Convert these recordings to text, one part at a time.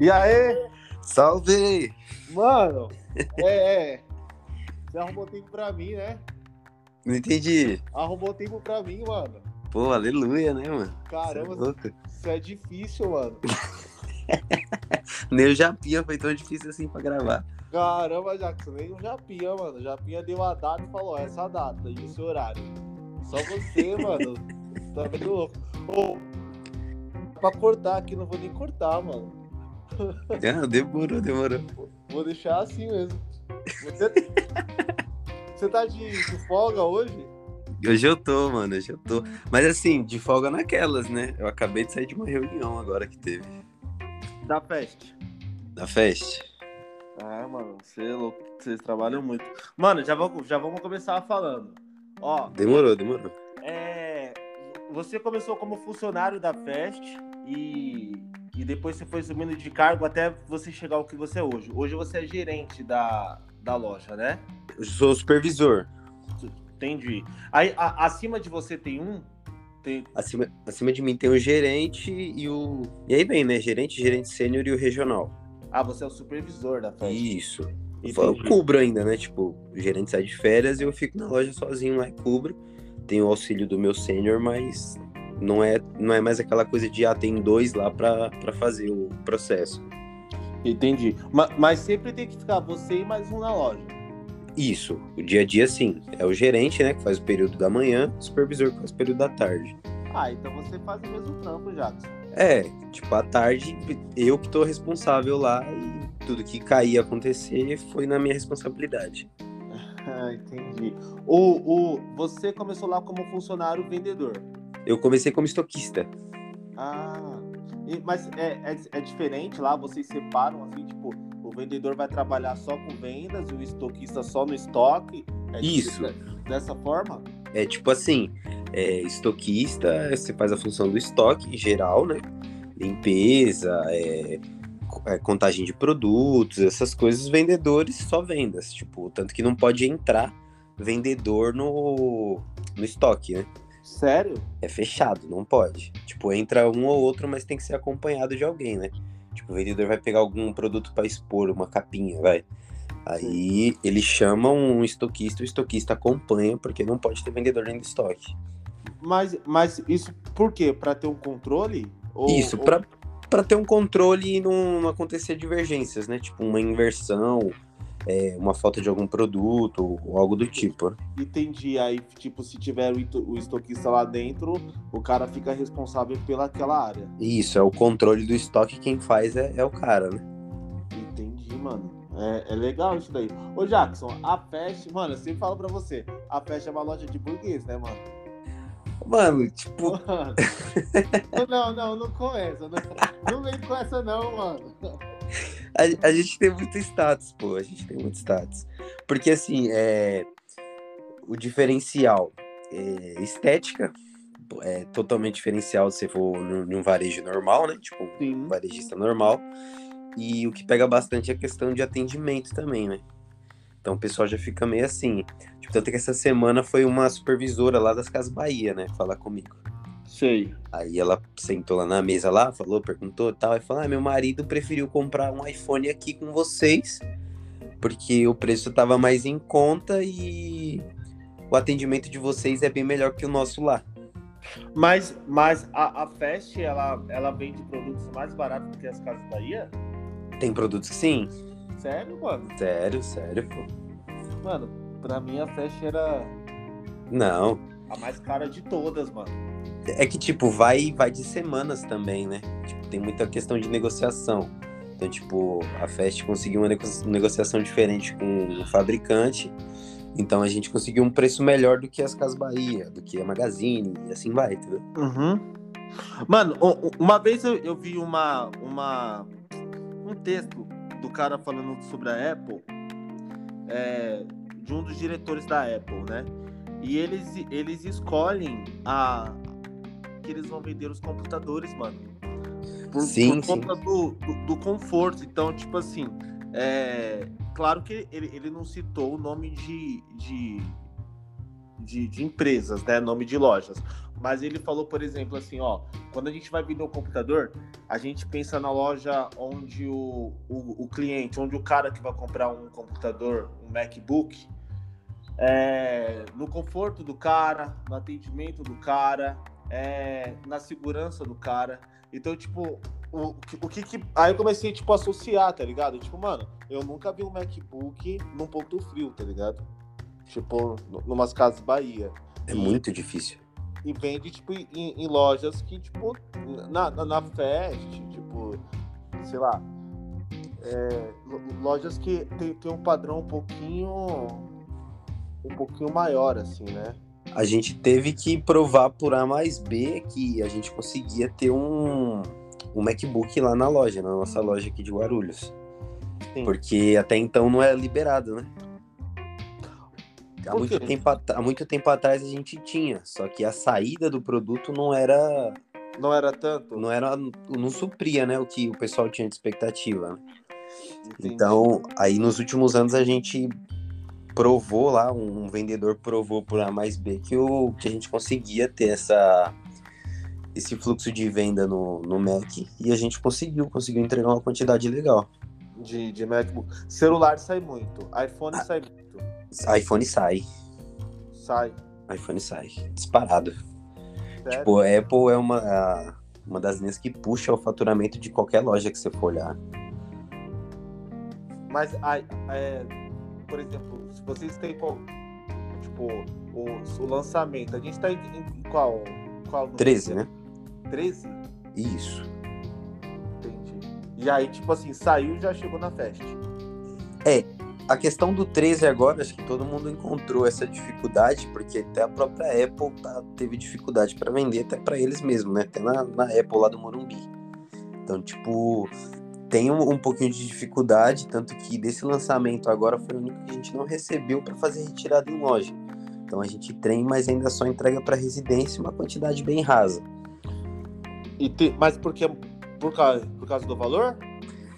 E aí, Salve! mano? É, é. Você arrumou tempo pra mim, né? Não entendi. Arrumou tempo pra mim, mano. Pô, aleluia, né, mano? Cê é Caramba, louco. isso é difícil, mano. Nem o Japinha foi tão difícil assim pra gravar. Caramba, Jackson, nem o Japinha, mano. O Japinha deu a data e falou: "Ó, essa data e esse horário. Só você, mano. Tá muito louco. Ô, pra cortar aqui, não vou nem cortar, mano. Ah, demorou, demorou. Vou deixar assim mesmo. Você, Você tá de, de folga hoje? Hoje eu tô, mano, hoje eu tô. Mas assim, de folga naquelas, né? Eu acabei de sair de uma reunião agora que teve. Da peste. Da festa. Ah, mano, você é louco, vocês trabalham muito. Mano, já, vou, já vamos começar falando. Ó, Demorou, demorou. é, você começou como funcionário da Fest e, e depois você foi subindo de cargo até você chegar ao que você é hoje. Hoje você é gerente da, da loja, né? Eu sou supervisor. Entendi. Aí, a- acima de você tem um? Tem, Acima, acima de mim tem o gerente e o. E aí vem, né? Gerente, gerente sênior e o regional. ah, você é o supervisor da Fest. Isso. Eu fa- eu Entendi. cubro ainda, né? Tipo, o gerente sai de férias e eu fico na loja sozinho lá e cubro. Tenho o auxílio do meu sênior, mas não é, não é mais aquela coisa de ah, tem dois lá pra, pra fazer o processo. Entendi. Ma- mas sempre tem que ficar você e mais um na loja. Isso, o dia a dia sim. É o gerente, né, que faz o período da manhã, o supervisor que faz o período da tarde. Ah, então você faz o mesmo trampo, Jackson. É, tipo, à tarde eu que tô responsável lá e tudo que caía acontecer foi na minha responsabilidade. Ah, entendi. O, o, você começou lá como funcionário vendedor. Eu comecei como estoquista. Ah, e- mas é, é, é diferente lá? Vocês separam assim, tipo, o vendedor vai trabalhar só com vendas e o estoquista só no estoque? É tipo Isso. de- Dessa forma? É tipo assim, é, estoquista, você faz a função do estoque em geral, né? Limpeza, é, co- é, contagem de produtos, essas coisas. Os vendedores só vendas, tipo, tanto que não pode entrar vendedor no, no estoque, né? Sério? É fechado, não pode. Tipo, entra um ou outro, mas tem que ser acompanhado de alguém, né? Tipo, o vendedor vai pegar algum produto para expor, uma capinha, vai. Aí ele chama um estoquista, o estoquista acompanha, porque não pode ter vendedor dentro do estoque. Mas, mas isso por quê? Pra ter um controle? Ou- Isso, ou- pra para ter um controle e não, não acontecer divergências, né? Tipo, uma inversão, é, uma falta de algum produto ou algo do tipo. né? Entendi. Aí, tipo, se tiver o ito- o estoquista lá dentro, o cara fica responsável pelaquela área. Isso, é o controle do estoque, quem faz é, é o cara, né? Entendi, mano. É, é legal isso daí. Ô, Jackson, a Pest, mano, eu sempre falo pra você, a Pest é uma loja de burguês, né, mano? Mano, tipo, Mano. não, não, não começa. Não, não vem com essa, não, mano. A, a gente tem muito status, pô. A gente tem muito status. Porque, assim, é, o diferencial é estética pô, é totalmente diferencial se você for num, num varejo normal, né? Tipo, um Sim. varejista normal. E o que pega bastante é a questão de atendimento também, né? Então o pessoal já fica meio assim. Tipo, tanto que essa semana foi uma supervisora lá das Casas Bahia, né? Falar comigo. Sei. Aí ela sentou lá na mesa lá, falou, perguntou e tal, e falou: ah, meu marido preferiu comprar um iPhone aqui com vocês, porque o preço tava mais em conta e o atendimento de vocês é bem melhor que o nosso lá. Mas, mas a, a Fest, ela, ela vende produtos mais baratos do que as Casas Bahia? Tem produtos que sim. Sério, mano? Sério, sério, pô. Mano, pra mim a Fest era Não. a mais cara de todas, mano. É que, tipo, vai vai de semanas também, né? Tipo, tem muita questão de negociação. Então, tipo, a Fest conseguiu uma nego- negociação diferente com o fabricante. Então a gente conseguiu um preço melhor do que as Casas Bahia, do que a Magazine, e assim vai, entendeu? Uhum. Mano, u- u- uma vez eu, eu vi uma, uma, um texto do cara falando sobre a Apple, é, de um dos diretores da Apple, né? E eles, eles escolhem a que eles vão vender os computadores, mano. Por, Sim, por conta Do, do, do conforto. Então, tipo assim, é, claro que ele, ele não citou o nome de, de, de, de empresas, né? Nome de lojas. Mas ele falou, por exemplo, assim, ó, Quando a gente vai vender o computador, a gente pensa na loja onde o, o, o cliente, onde o cara que vai comprar um computador, um MacBook, é, no conforto do cara, no atendimento do cara, é, na segurança do cara. Então, tipo, o, o que que. Aí eu comecei, tipo, a associar, tá ligado? Tipo, mano, eu nunca vi um MacBook num ponto frio, tá ligado? Tipo, n- numas casas Bahia. É muito difícil. E vende, tipo, em, em lojas que, tipo, na, na, na Fest, tipo, sei lá. é, lo- lojas que tem, tem um padrão um pouquinho. um pouquinho maior, assim, né? A gente teve que provar por A mais B que a gente conseguia ter um, um MacBook lá na loja, na nossa loja aqui de Guarulhos. Sim. Porque até então não era liberado, né? Há Por muito, quê? tempo, at- há muito tempo atrás a gente tinha, só que a saída do produto não era Não era tanto? não era não supria, né, o que o pessoal tinha de expectativa. né? Entendi. Então, aí nos últimos anos a gente provou lá, um vendedor provou por A mais B que, o, que a gente conseguia ter essa, esse fluxo de venda no, no Mac e a gente conseguiu, conseguiu entregar uma quantidade legal. De, de MacBook. Celular sai muito. iPhone sai muito. iPhone sai, Sai. iPhone sai, disparado. Sério. Pô, a Apple é uma, a- uma das linhas que puxa o faturamento de qualquer loja que você for olhar. Mas, ai, é, por exemplo, se vocês têm qual, tipo, o, o lançamento, a gente tá em, em qual? qual número? 13, né? 13? Isso. Entendi. E aí, tipo assim, saiu e já chegou na festa. A questão do 13 agora, acho que todo mundo encontrou essa dificuldade, porque até a própria Apple tá- teve dificuldade para vender, até para eles mesmos, né? Até na, na Apple lá do Morumbi. Então, tipo, tem um, um pouquinho de dificuldade, tanto que desse lançamento agora foi o único que a gente não recebeu para fazer retirada em loja. Então a gente tem, mas ainda é só entrega para residência uma quantidade bem rasa. E te- mas porque, por causa, por causa do valor?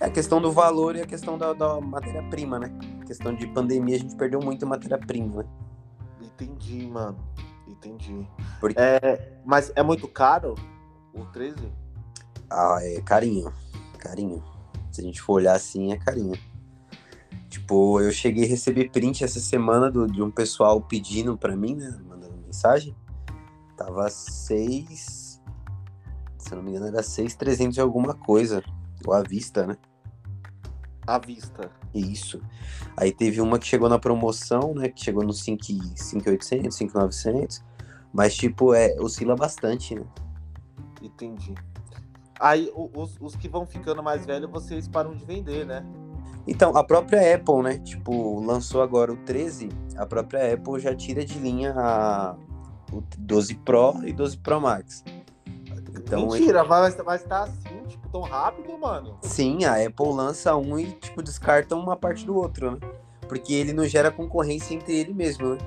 É a questão do valor e a questão da, da matéria-prima, né? A questão de pandemia, a gente perdeu muito em matéria-prima, né? Entendi, mano. Entendi. Por- É, mas é muito caro o 13? Ah, é carinho. Carinho. Se a gente for olhar assim, é carinho. Tipo, eu cheguei a receber print essa semana do- de um pessoal pedindo pra mim, né? Mandando mensagem. Tava seis. Se eu não me engano, era seis 300 e alguma coisa. Ou à vista, né? À vista. Isso. Aí teve uma que chegou na promoção, né? Que chegou no 5 5.800, 5.900. Mas, tipo, é, oscila bastante, né? Entendi. Aí o- os, os que vão ficando mais velhos, vocês param de vender, né? Então, a própria Apple, né? Tipo, lançou agora o 13, a própria Apple já tira de linha a- o 12 Pro e 12 Pro Max. Então, Mentira, vai estar assim, tipo, tão rápido, mano. sim, a Apple lança um e, tipo, descarta uma parte do outro, né? Porque ele não gera concorrência entre ele mesmo, né?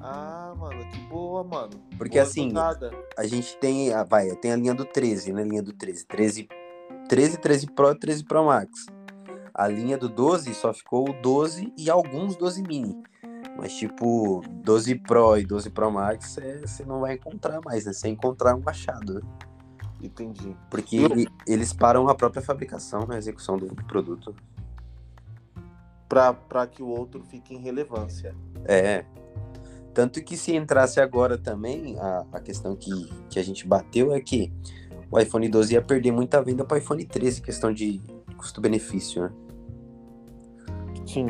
Ah, mano, que boa, mano. Porque, Boa assim, jogada. A gente tem, a, vai, tem a linha do 13, né? Linha do 13, 13, 13, 13 Pro e 13 Pro Max. A linha do 12 só ficou o 12 e alguns 12 mini. Mas, tipo, 12 Pro e 12 Pro Max, você não vai encontrar mais, né? Você encontrar um achado. né? Entendi. Porque Eu- ele- eles param a própria fabricação na execução do produto. Pra, pra que o outro fique em relevância. É. Tanto que se entrasse agora também, a, a questão que, que a gente bateu é que o iPhone 12 ia perder muita venda para o iPhone 13, questão de custo-benefício, né? Sim.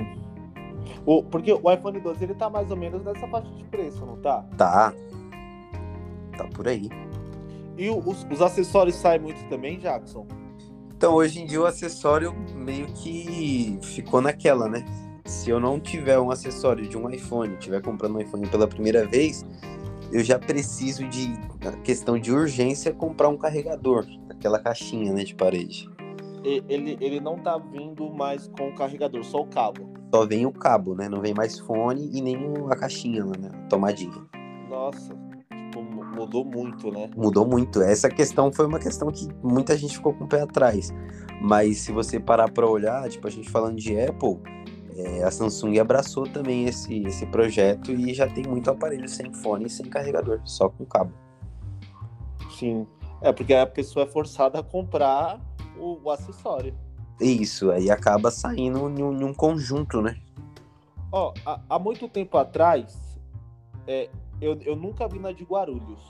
O, porque o iPhone 12, ele tá mais ou menos nessa faixa de preço, não tá? Tá. Tá por aí. E o- os, os acessórios saem muito também, Jackson? Então, hoje em dia, o acessório meio que ficou naquela, né? Se eu não tiver um acessório de um iPhone, tiver comprando um iPhone pela primeira vez, eu já preciso de, na questão de urgência, comprar um carregador, aquela caixinha, né, de parede. E- Ele, ele não tá vindo mais com o carregador, só o cabo. Só vem o cabo, né? Não vem mais fone e nem o- a caixinha, lá, né? A tomadinha. Nossa, tipo, mu- mudou muito, né? Mudou muito. Essa questão foi uma questão que muita gente ficou com o pé atrás. Mas se você parar pra olhar, tipo, a gente falando de Apple, é, a Samsung abraçou também esse, esse projeto e já tem muito aparelho sem fone e sem carregador, só com cabo. Sim. É, porque a pessoa é forçada a comprar o, o acessório. É Isso, aí acaba saindo em um, em um conjunto, né? Ó, há, há muito tempo atrás, é, eu, eu nunca vi na de Guarulhos.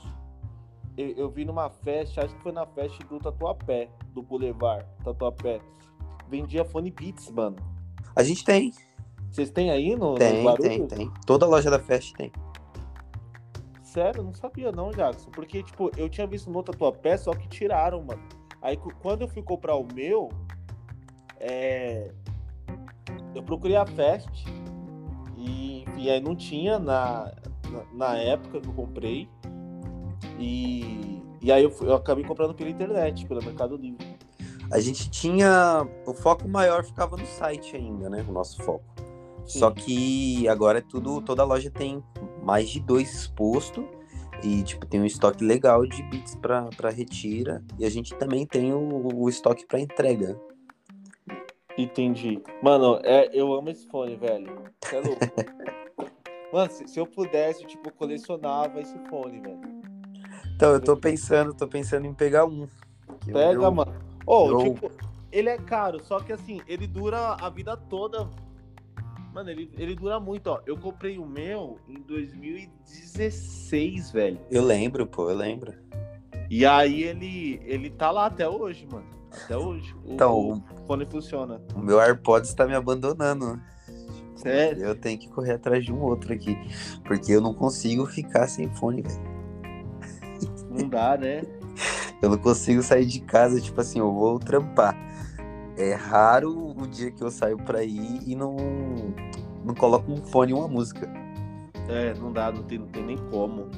Eu, eu vi numa festa, acho que foi na festa do Tatuapé, do Boulevard Tatuapé. Vendia fone Beats, mano. A gente tem, Vocês têm aí no, no tem, Guarulhos? tem, tem. Toda loja da Fest tem. Sério, eu não sabia não, Jackson. Porque, tipo, eu tinha visto no Tatuapé, só que tiraram, mano. Aí cu- quando eu fui comprar o meu, é, eu procurei a Fest. E, enfim, aí não tinha na, na, na época que eu comprei. E, e aí eu, fui- eu acabei comprando pela internet, pelo Mercado Livre. A gente tinha. O foco maior ficava no site ainda, né? O nosso foco. Sim. Só que agora é tudo. Toda loja tem mais de dois exposto. E, tipo, tem um estoque legal de bits pra, pra retira. E a gente também tem o, o estoque pra entrega. Entendi. Mano, é, eu amo esse fone, velho. Você é louco. Mano, se, se eu pudesse, tipo, eu colecionava esse fone, velho. Então, eu tô pensando, tô pensando em pegar um. Que o Pega, meu- mano. Ô, eu- tipo, ele é caro, só que assim, ele dura a vida toda. Mano, ele, ele dura muito, ó. Eu comprei o meu em 2016, velho. Eu lembro, pô, eu lembro. E aí ele, ele tá lá até hoje, mano. Até hoje. O, Então- o fone funciona. O meu AirPods tá me abandonando. Sério? Eu tenho que correr atrás de um outro aqui. Porque eu não consigo ficar sem fone, velho. Não dá, né? Eu não consigo sair de casa, tipo assim, eu vou trampar. É raro o dia que eu saio pra ir e não, não coloco um fone e uma música. É, não dá, não tem, não tem nem como.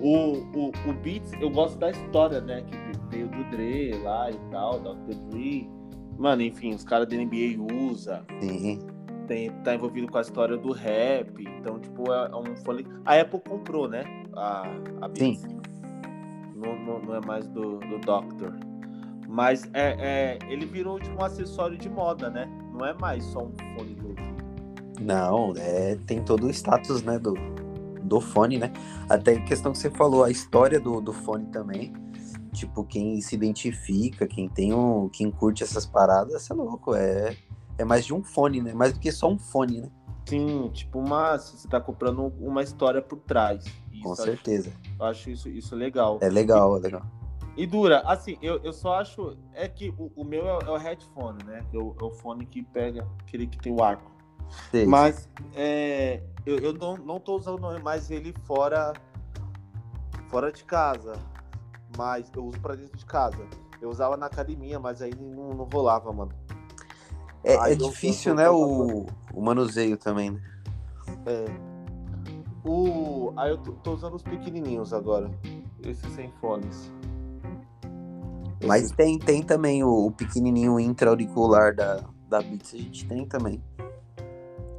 O, o, o Beats, eu gosto da história, né? Que veio do Dre lá e tal, da Dr. Dre. Mano, enfim, os caras da NBA usa. Sim. tem, tá envolvido com a história do rap. Então, tipo, é, é um fone. A Apple comprou, né? A, a Beats. Não, não, não é mais do, do Doctor. Mas é, é, ele virou tipo, um acessório de moda, né? Não é mais só um fone de ouvido. Não, é, tem todo o status, né, do, do fone, né? Até a questão que você falou, a história do, do fone também. Tipo, quem se identifica, quem tem um. Quem curte essas paradas, você é louco. É, é mais de um fone, né? Mais do que só um fone, né? Sim, tipo, uma, você tá comprando uma história por trás. Isso, Com acho- certeza. Eu acho isso, isso legal. É legal, é legal. E dura, assim, eu, eu só acho. É que o, o meu é, o- é o headphone, né? É o, é o fone que pega aquele que tem o arco. Sei. Mas é, eu, eu não, não tô usando mais ele fora, fora de casa. Mas eu uso pra dentro de casa. Eu usava na academia, mas aí não, não rolava, mano. É, Ai, é Ah, eu- eu difícil, sou né, o, conservador. o manuseio também, né? É. O, aí eu tô, tô usando os pequenininhos agora. Esses sem fones. Mas tem, tem também o, o pequenininho intra-auricular da, da Beats, a gente tem também.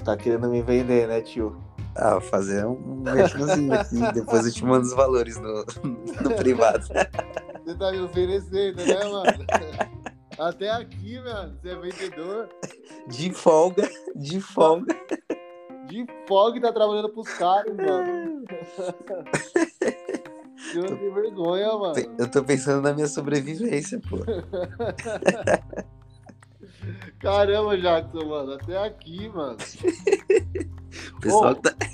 Tá querendo me vender, né, tio? Ah, fazer um merchanzinho aqui, depois eu te mando os valores no, no privado. Você tá me oferecendo, né, mano? Até aqui, mano. Você é vendedor. De folga, de folga. De fogo e tá trabalhando pros caras, mano. Eu não tenho vergonha, mano. Eu tô pensando na minha sobrevivência, pô. Caramba, Jackson, mano. Até aqui, mano. O pessoal Ô. que tá...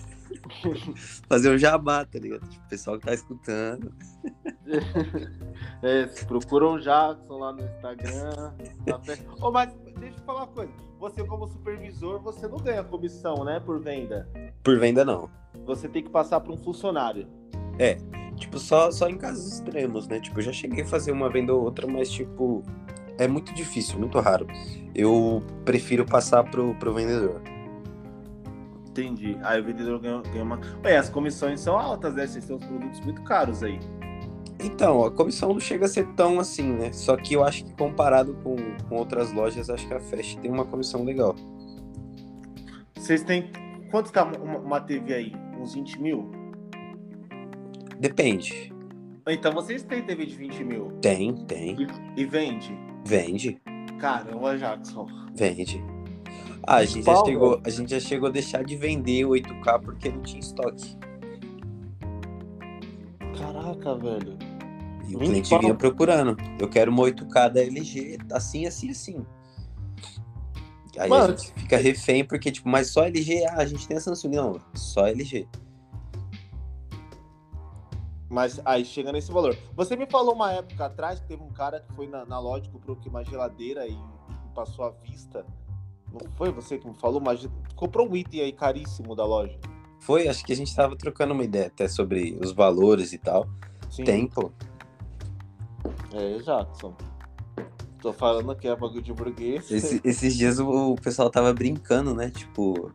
Fazer um jabá, tá ligado? Tipo, O pessoal que tá escutando. É, procuram o Jackson lá no Instagram. na fe- Ô, mas deixa eu falar uma coisa. Você, como supervisor, você não ganha comissão, né? Por venda. Por venda, não. Você tem que passar para um funcionário. Tipo, só, só em casos extremos, né? Tipo, eu já cheguei a fazer uma venda ou outra, mas, tipo, é muito difícil, muito raro. Eu prefiro passar pro, pro vendedor. Entendi. Aí o vendedor ganha, uma. Ué, as comissões são altas, né? Vocês têm uns produtos muito caros aí. Então, a comissão não chega a ser tão assim, né? Só que eu acho que comparado com, com outras lojas, acho que a Fast tem uma comissão legal. Vocês têm. Quanto tá uma, uma TV aí? Uns 20 mil? Depende. Então vocês têm TV de 20 mil Tem, tem. e vende? Vende, Caramba, Jackson. vende. Ah, a gente, já Paulo. chegou, a gente já chegou a deixar de vender 8K porque não tinha estoque. Caraca, velho. E o Vinte cliente pau. vinha procurando. Eu quero uma 8K da LG, assim, assim, assim. Aí a Mano, gente fica refém, porque, tipo, mas só LG, ah, a gente tem a Samsung. Não, só LG. Mas aí chega nesse valor. Você me falou uma época atrás que teve um cara que foi na, na loja, comprou aqui uma geladeira e passou à vista. Não foi você que me falou? Uma, ge- comprou um item aí caríssimo da loja. Foi, acho que a gente tava trocando uma ideia até sobre os valores e tal. Sim. Tempo. É, Jackson. Tô falando que é bagulho de burguês. Esse- esses dias o, o pessoal tava brincando, né? Tipo,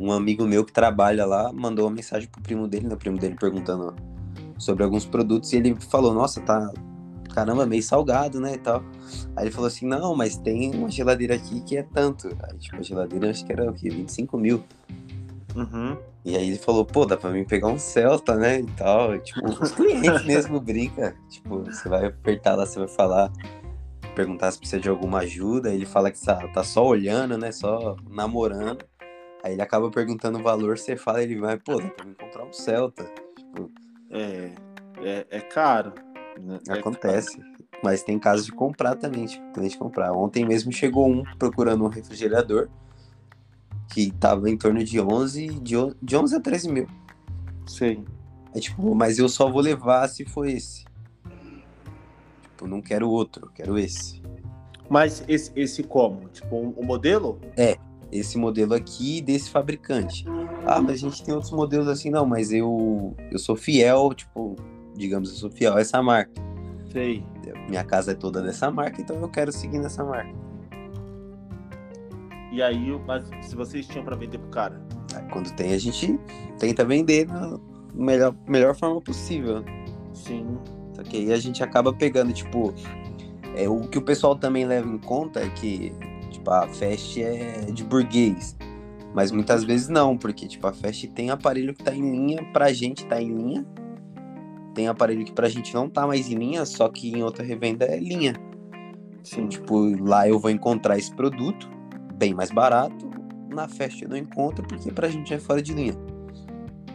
um amigo meu que trabalha lá mandou uma mensagem pro primo dele, né? O primo dele perguntando sobre alguns produtos e ele falou: Nossa, tá caramba, meio salgado, né? E tal. Aí ele falou assim: Não, mas tem uma geladeira aqui que é tanto. Aí, tipo, a geladeira acho que era o quê? 25 mil. Uhum. E aí ele falou: Pô, dá pra mim pegar um Celta, né? E tal. E, tipo, os clientes mesmo brinca. Tipo, você vai apertar lá, você vai falar. Perguntar se precisa de alguma ajuda, ele fala que tá, tá só olhando, né? Só namorando. Aí ele acaba perguntando o valor, você fala, ele vai, pô, dá pra mim comprar um Celta. É, é, é caro. né? É Acontece. Mas tem casos de comprar também, tipo, cliente comprar. Ontem mesmo chegou um procurando um refrigerador que tava em torno de 11, de, on- de 11 a 13 mil. caro. Sim. É tipo, mas eu só vou levar se for esse. Tipo, não quero outro, eu quero esse. Mas esse, esse como? Tipo, o modelo? Esse modelo aqui desse fabricante. Ah, mas a gente tem outros modelos assim, não, mas eu, eu sou fiel, tipo, digamos, eu sou fiel a essa marca. Sei. Minha casa é toda dessa marca, então eu quero seguir nessa marca. E aí, mas se vocês tinham pra vender pro cara? Aí, Quando tem, a gente tenta vender na melhor, melhor forma possível. né? Sim. Só que aí a gente acaba pegando, tipo. É, o que o pessoal também leva em conta é que, tipo, a fest é de burguês. Mas muitas vezes não, porque, tipo, a fest tem aparelho que tá em linha, pra gente tá em linha. Tem aparelho que pra gente não tá mais em linha, só que em outra revenda é linha. Sim. Tipo, lá eu vou encontrar esse produto bem mais barato. Na festa eu não encontro, porque pra gente é fora de linha.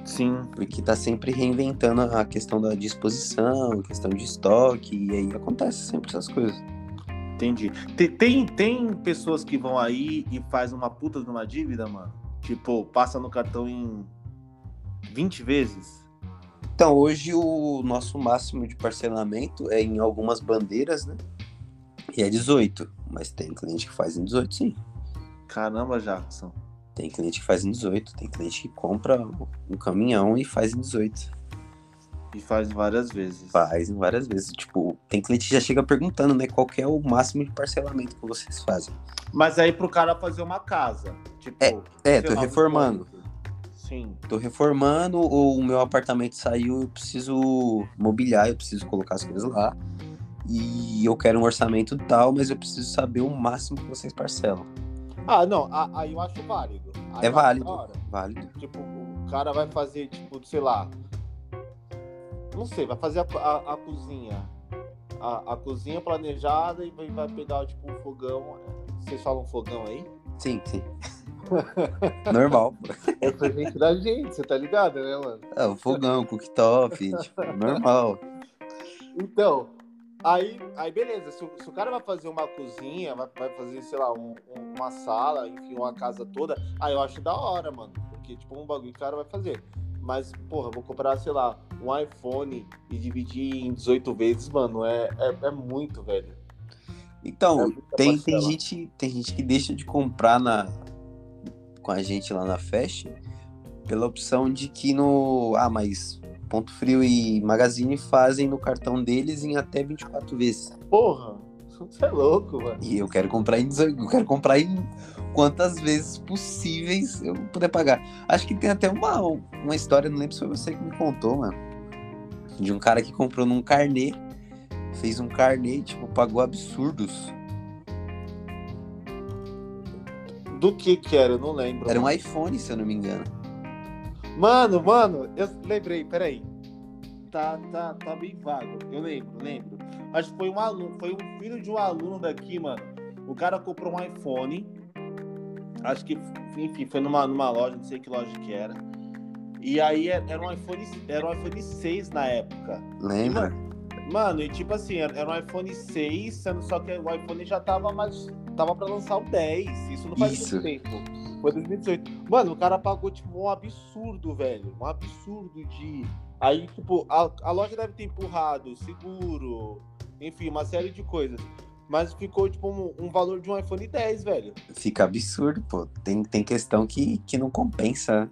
Sim. Porque tá sempre reinventando a questão da disposição, questão de estoque, e aí acontece sempre essas coisas. Entendi. Tem, tem, tem pessoas que vão aí e faz uma puta de uma dívida, mano? Tipo, passa no cartão em 20 vezes? Então, hoje o nosso máximo de parcelamento é em algumas bandeiras, né? E é 18. Mas tem cliente que faz em 18, sim. Caramba, Jackson. Tem cliente que faz em 18, tem cliente que compra um caminhão e faz em 18. E faz várias vezes. Faz em várias vezes. Tipo, tem cliente que já chega perguntando, né? Qual que é o máximo de parcelamento que vocês fazem? Mas aí pro cara fazer uma casa. Tipo, É, sei tô lá, um reformando. cômodo. Sim. tô reformando ou o meu apartamento saiu, eu preciso mobiliar, eu preciso colocar as coisas lá. E eu quero um orçamento tal, mas eu preciso saber o máximo que vocês parcelam. Ah, não. a- Aí eu acho válido. Aí É eu acho válido. da hora. Válido. Tipo, o cara vai fazer, tipo, sei lá. Não sei, vai fazer a, a- a cozinha. A, a cozinha planejada e vai, vai pegar, tipo, um fogão. Vocês falam fogão aí? Sim, sim. normal. pô. É pra gente da gente, você tá ligado, né, mano? É, o fogão, o cooktop, tipo, normal. Então, aí, aí beleza. Se, o- se o cara vai fazer uma cozinha, vai, vai fazer, sei lá, um- um- uma sala, enfim, uma casa toda, aí eu acho da hora, mano. Porque, tipo, um bagulho que o cara vai fazer. Mas, porra, eu vou comprar, sei lá, um iPhone e dividir em 18 vezes, mano, é, é, é muito, velho. É Então, muita tem, tem, parcela. gente, tem gente que deixa de comprar na, com a gente lá na Fest pela opção de que no. Ah, mas Ponto Frio e Magazine fazem no cartão deles em até 24 vezes. Porra, você é louco, mano. E eu quero comprar em 18, eu quero comprar em quantas vezes possíveis eu puder pagar. Acho que tem até uma, uma história, não lembro se foi você que me contou, mano. De um cara que comprou num carnê, fez um carnê, tipo, pagou absurdos. Do que que era? Eu não lembro. Era um mano. iPhone, se eu não me engano. Mano, mano, eu lembrei, peraí. Tá, tá, tá bem vago. Eu lembro, lembro. Mas foi um aluno, foi um filho de um aluno daqui, mano. O cara comprou um iPhone. Acho que, enfim, foi numa, numa loja, não sei que loja que era. E aí é- era um iPhone, era um iPhone 6 na época. Lembra? Mano, e tipo assim, era era um iPhone 6, sendo só que o iPhone já tava mais. Tava pra lançar o 10. Isso não faz Isso. muito tempo. Foi 2018. Mano, o cara pagou, tipo, um absurdo, velho. Um absurdo de. Aí, tipo, a, a loja deve ter empurrado, seguro, enfim, uma série de coisas. Mas ficou, tipo, um, um valor de um iPhone 10, velho. Fica absurdo, pô. Tem, tem questão que, que não compensa.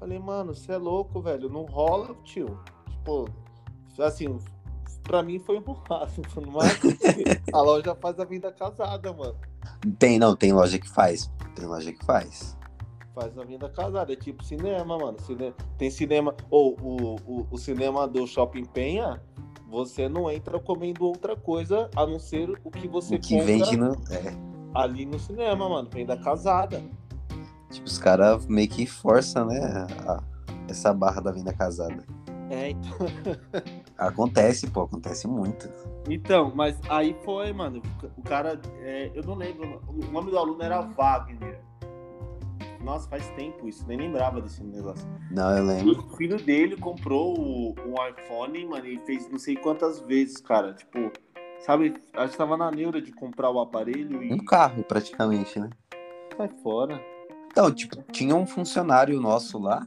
Falei, mano, você é louco, velho. Não rola, tio. Tipo, assim, pra mim foi um empurrado. Mas é? a loja faz a vida casada, mano. Tem, não, tem loja que faz. Tem loja que faz. Faz a vida casada. É tipo cinema, mano. Cine... Tem cinema. Ou o, o, o cinema do Shopping Penha, você não entra comendo outra coisa a não ser o que você O que compra vende no. É, ali no cinema, mano. Vem da casada. tipo, os caras meio que forçam, né? a- essa barra da venda casada. É, então. Acontece, pô, acontece muito. Então, mas aí foi, mano. O cara, é, eu não lembro. O nome do aluno era Wagner. Nossa, faz tempo isso, nem lembrava desse negócio. Não, eu E lembro. o filho dele comprou o, o iPhone, mano, e fez não sei quantas vezes, cara. Tipo, sabe, a gente tava na neura de comprar o aparelho e Um carro, praticamente, né? sai fora. Então, tipo, tinha um funcionário nosso lá,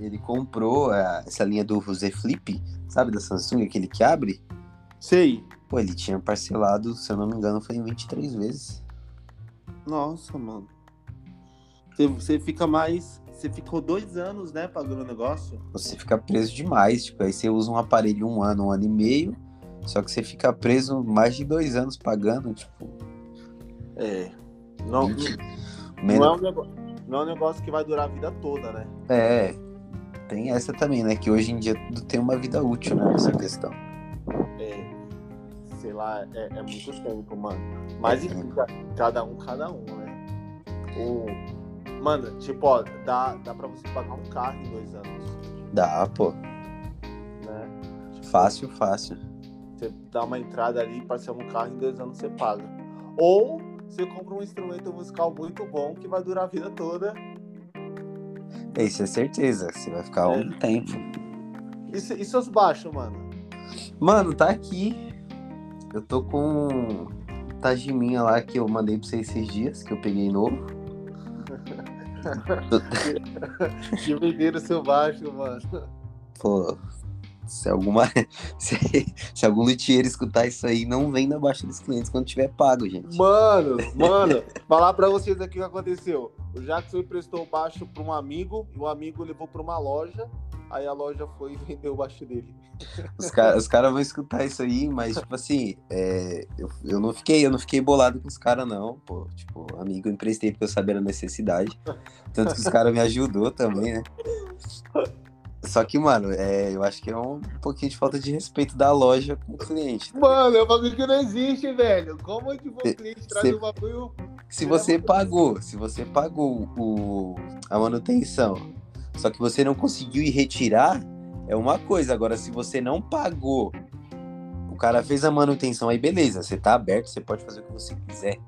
ele comprou eh, essa linha do Z Flip, sabe, da Samsung, aquele que abre. Sei. Pô, ele tinha parcelado, se eu não me engano, foi em 23 vezes. Nossa, mano. Você, você fica mais. Você ficou dois anos, né, pagando o negócio? Você fica preso demais, tipo, aí você usa um aparelho um ano, um ano e meio, só que você fica preso mais de dois anos pagando, tipo, É. Não, não, Não é, menos. um nego- não é um negócio que vai durar a vida toda, né? É, tem essa também, né, que hoje em dia tudo tem uma vida útil, né, essa questão. É, sei lá, é, é muito tempo, mano. Mas É. enfim, ca- cada um, cada um, né? O... Mano, tipo, ó, dá, dá pra você pagar um carro em dois anos, Dá, pô, né? Tipo, fácil, fácil. Você dá uma entrada ali, parcela um carro, em dois anos você paga. Ou você compra um instrumento musical muito bom que vai durar a vida toda. É, isso é certeza, você vai ficar É. um tempo. E, se- e seus baixos, mano? Mano, tá aqui. Eu tô com um Tajiminha lá que eu mandei pra vocês esses dias, que eu peguei novo. Que venderam seu baixo, mano. Pô, se alguma. Se, se algum luthier escutar isso aí, não venda abaixo dos clientes quando tiver pago, gente. Mano, mano, falar pra vocês aqui o que aconteceu. O Jackson emprestou o baixo pra um amigo, e o amigo levou pra uma loja, aí a loja foi e vendeu o baixo dele. Os caras cara vão escutar isso aí, mas, tipo assim, é, eu, eu não fiquei, eu não fiquei bolado com os caras, não. Pô, tipo, amigo, eu emprestei porque eu sabia da necessidade. Tanto que os caras me ajudou também, né? Só que, mano, é, eu acho que é um pouquinho de falta de respeito da loja com o cliente. né? Mano, é um bagulho que não existe, velho. Como é que o cliente traz cê- um bagulho? Se você pagou, se você pagou o, a manutenção, só que você não conseguiu ir retirar, é uma coisa. Agora, se você não pagou, o cara fez a manutenção, aí beleza, você tá aberto, você pode fazer o que você quiser.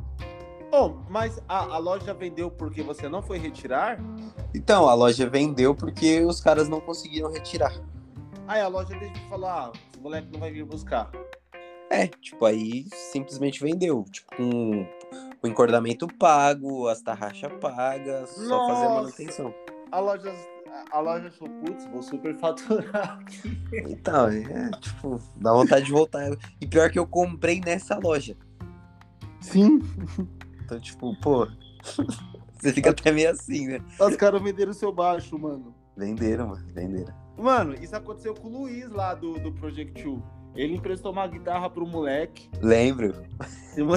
Bom, mas a, a loja vendeu porque você não foi retirar? Então, a loja vendeu porque os caras não conseguiram retirar. Aí a loja deixa de falar, ah, esse moleque não vai vir buscar. É, tipo, aí simplesmente vendeu. Tipo, com o encordamento pago, as tarraxas pagas, só fazer a Nossa. manutenção. A loja, a loja achou, putz, vou super faturar. Então, é, tipo, dá vontade de voltar. E pior que eu comprei nessa loja. Sim. Então, tipo, pô. Você fica até meio assim, né? Os caras venderam seu baixo, mano. Venderam, mano. Venderam. Mano, isso aconteceu com o Luiz lá do, do Project 2. Ele emprestou uma guitarra pro moleque. Lembro. E o mo-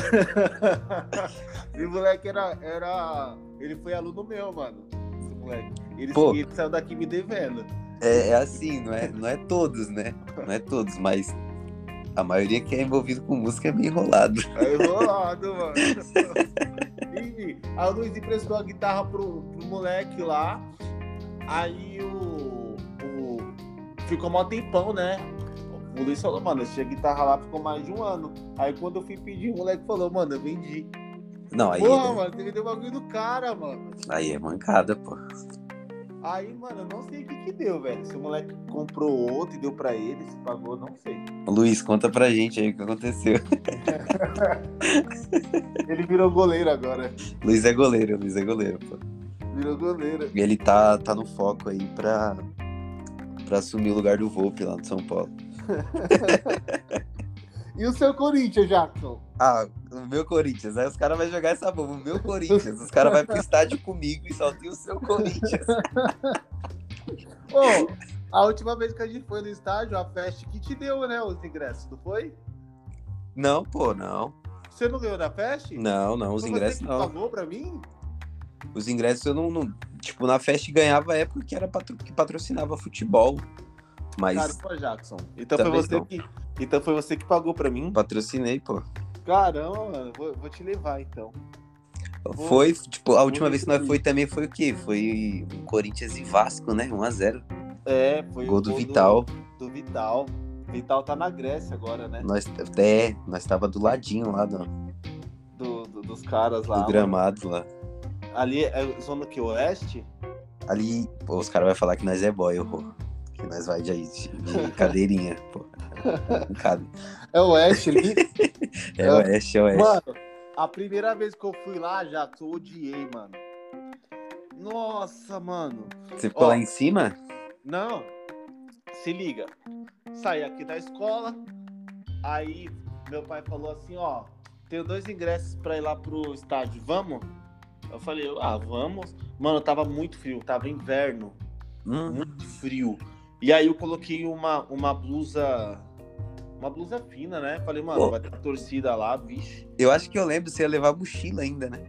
e o moleque era, era. Ele foi aluno meu, mano. Esse moleque. Ele, Pô. ele saiu daqui me devendo. É, é assim, não é, não é todos, né? Não é todos, mas a maioria que é envolvido com música é meio enrolado. Aí rolado, mano. Enfim, aí o Luiz emprestou a guitarra pro, pro moleque lá. Aí o, o- Ficou mó tempão, né? O Luiz falou, mano, essa guitarra lá ficou mais de um ano. Aí quando eu fui pedir, o moleque falou, mano, eu vendi. Não, aí, Porra, é- mano, você vendeu o bagulho do cara, mano. aí é mancada, pô. Aí, mano, eu não sei o que que deu, velho. Se o moleque comprou outro e deu pra ele, se pagou, não sei. Luiz, conta pra gente aí o que aconteceu. Ele virou goleiro agora. Luiz é goleiro, Luiz é goleiro, pô. Virou goleiro. E ele tá, tá no foco aí pra, pra assumir o lugar do Volpe lá no São Paulo. E o seu Corinthians, Jackson? Ah, o meu Corinthians. Aí os caras vão jogar essa bomba. O meu Corinthians. Os caras vão pro estádio comigo e só tem o seu Corinthians. Ô, a última vez que a gente foi no estádio, a festa que te deu, né, os ingressos, não foi? Não, pô, não. Você não ganhou da festa? Não, não. Os Foi ingressos você que não. pagou pra mim? Os ingressos eu não. não- tipo, na festa ganhava é porque era patro, que patrocinava futebol. Mas Cara, foi Jackson. Então foi, Também você não. que, então foi você que pagou pra mim? patrocinei, pô. Caramba, mano, vou, vou te levar então. Pô, Foi, tipo, a última muito vez que nós bonito. foi também foi o quê? Foi o Corinthians e Vasco, né? 1x0. É, foi o Gol do Vital. Do Vital. Vital tá na Grécia agora, né? Nós, é, nós tava do ladinho lá do, do Do, do- dos caras lá. gramado lá. Ali é zona que oeste? Ali, pô, os caras vão falar que nós é boy, pô. Que nós vai de, de cadeirinha, pô. Cade- É oeste ali? É oeste, é oeste. Mano, a primeira vez que eu fui lá, já eu odiei, mano. Nossa, mano. Você ficou ó. lá em cima? Não. Se liga. Saí aqui da escola. Aí meu pai falou assim, ó, tenho dois ingressos pra ir lá pro estádio, vamos? Eu falei, ah, vamos. Mano, tava muito frio, tava inverno, Hum, muito frio. E aí eu coloquei uma, uma blusa, uma blusa fina, né? Falei, mano, Pô. vai ter torcida lá, vixe. eu acho que eu lembro, você ia levar a mochila ainda, né?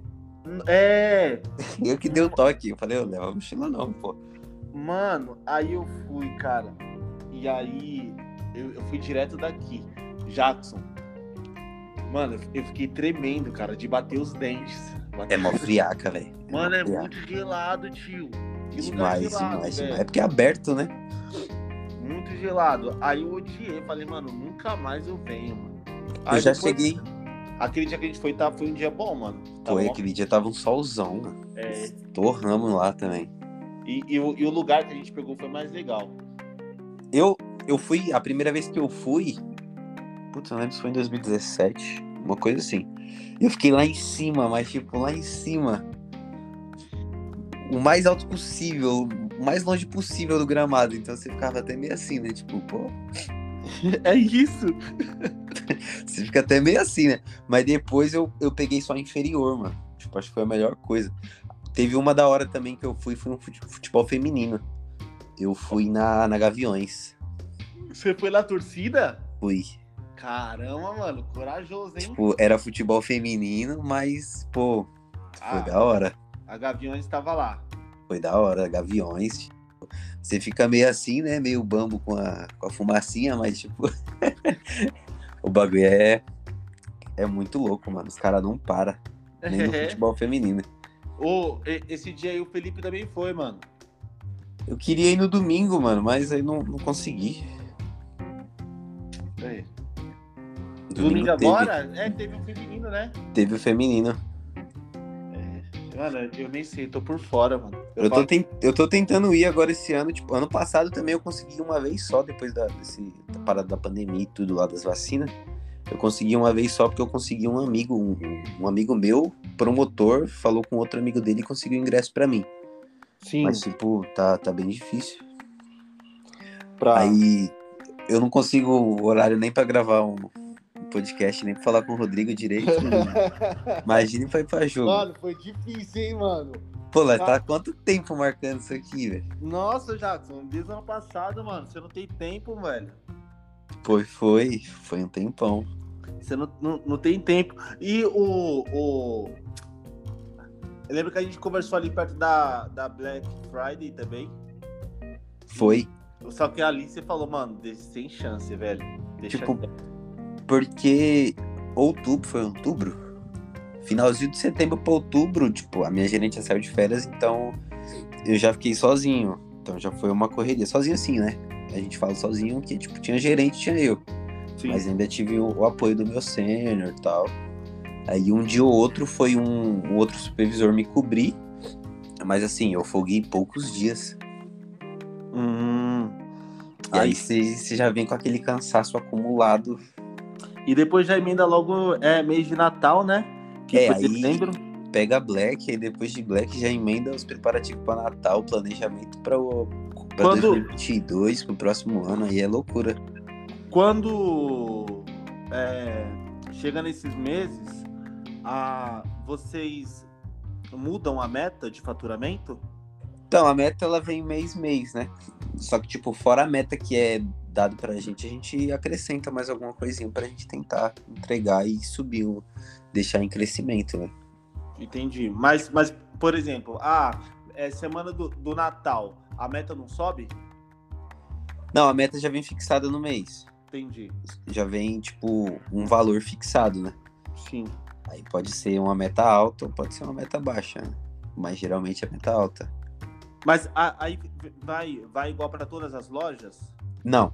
É, Eu que dei o toque. Eu falei, eu levo a mochila não, pô. Mano, aí eu fui, cara. E aí eu, eu fui direto daqui, Jackson. Mano, eu- eu fiquei tremendo, cara, de bater os dentes. É mó friaca, velho. Mano, é friaca. muito gelado, tio. Que lugar Demais, gelado, demais, velho. demais. É porque é aberto, né? Muito gelado. Aí eu odiei, falei, mano, nunca mais eu venho, mano. eu já depois- cheguei. Aquele dia que a gente foi, tá, foi um dia bom, mano. Tá Foi, bom? aquele dia tava um solzão, mano. É, Torramos lá também. e, e o, e o lugar que a gente pegou foi mais legal. Eu, eu fui, a primeira vez que eu fui. Putz, eu não lembro se foi em 2017, uma coisa assim. Eu fiquei lá em cima, mas tipo, lá em cima. O mais alto possível, o mais longe possível do gramado. Então você ficava até meio assim, né? Tipo, pô, É isso. Você fica até meio assim, né? Mas depois eu, eu peguei só a inferior, mano. Tipo, acho que foi a melhor coisa. Teve uma da hora também que eu fui, foi um fute- futebol feminino. Eu fui na, na Gaviões. Você foi lá torcida? Fui. Caramba, mano, corajoso, hein? Tipo, era futebol feminino, mas, pô, foi Ah. da hora. A Gaviões estava lá. Foi da hora, Gaviões. tipo, Você fica meio assim, né? Meio bambo com a, com a fumacinha, mas, tipo. o bagulho é. É muito louco, mano. Os caras não param. Nem É. no futebol feminino. Ô, e- esse dia aí o Felipe também foi, mano. Eu queria ir no domingo, mano, mas aí não, não consegui. É. Domingo Domingo, teve- agora? É, teve um feminino, né? Teve o feminino. É. Mano, eu nem sei, tô por fora, mano. Eu, tô ten- eu tô tentando ir agora esse ano. Tipo, ano passado também eu consegui uma vez só, depois da, desse- da parada da pandemia e tudo lá das vacinas. Eu consegui uma vez só porque eu consegui um amigo, um, um amigo meu, promotor, falou com outro amigo dele e conseguiu ingresso pra mim. Sim, Mas, tipo, tá, tá bem difícil. pra... Aí eu não consigo o horário nem pra gravar um, um podcast, nem pra falar com o Rodrigo direito. Imagina pra ir pra jogo. Mano, foi difícil, hein, mano? Pô, nós tá há quanto tempo marcando isso aqui, velho? Nossa, Jackson, desde o ano passado, mano, você não tem tempo, velho. Foi, foi, foi um tempão. Você não, não, não tem tempo. E o, o... Eu lembro que a gente conversou ali perto da, da Black Friday também. Foi. Só que ali você falou, mano, deixa sem chance, velho. Deixa Tipo, quieto. Porque outubro, foi outubro? Finalzinho de setembro pra outubro, tipo, a minha gerente já saiu de férias, então eu já fiquei sozinho. Então já foi uma correria. Sozinho assim, né? A gente fala sozinho que, tipo, tinha gerente, tinha eu. Sim. Mas ainda tive o, o apoio do meu sênior e tal. Aí um dia ou outro foi um, um outro supervisor me cobrir. Mas assim, eu folguei poucos dias. Hum. E aí você você já vem com aquele cansaço acumulado. E depois já emenda logo é mês de Natal, né? Que É, foi aí- setembro. Pega Black, aí depois de Black já emenda os preparativos para Natal, planejamento para o pra Quando- 2022, pro próximo ano, aí é loucura. Quando é, chega nesses meses, a, vocês mudam a meta de faturamento? Então, a meta ela vem mês mês, né? Só que, tipo, fora a meta que é dado pra gente, a gente acrescenta mais alguma coisinha pra gente tentar entregar e subir, o- deixar em crescimento, né? Entendi. Mas, mas por exemplo, a é, semana do, do Natal, a meta não sobe? Não, a meta já vem fixada no mês. Entendi. Já vem, tipo, um valor fixado, né? Sim. Aí pode ser uma meta alta ou pode ser uma meta baixa, né? Mas geralmente é meta alta. Mas a- aí vai, vai igual para todas as lojas? Não.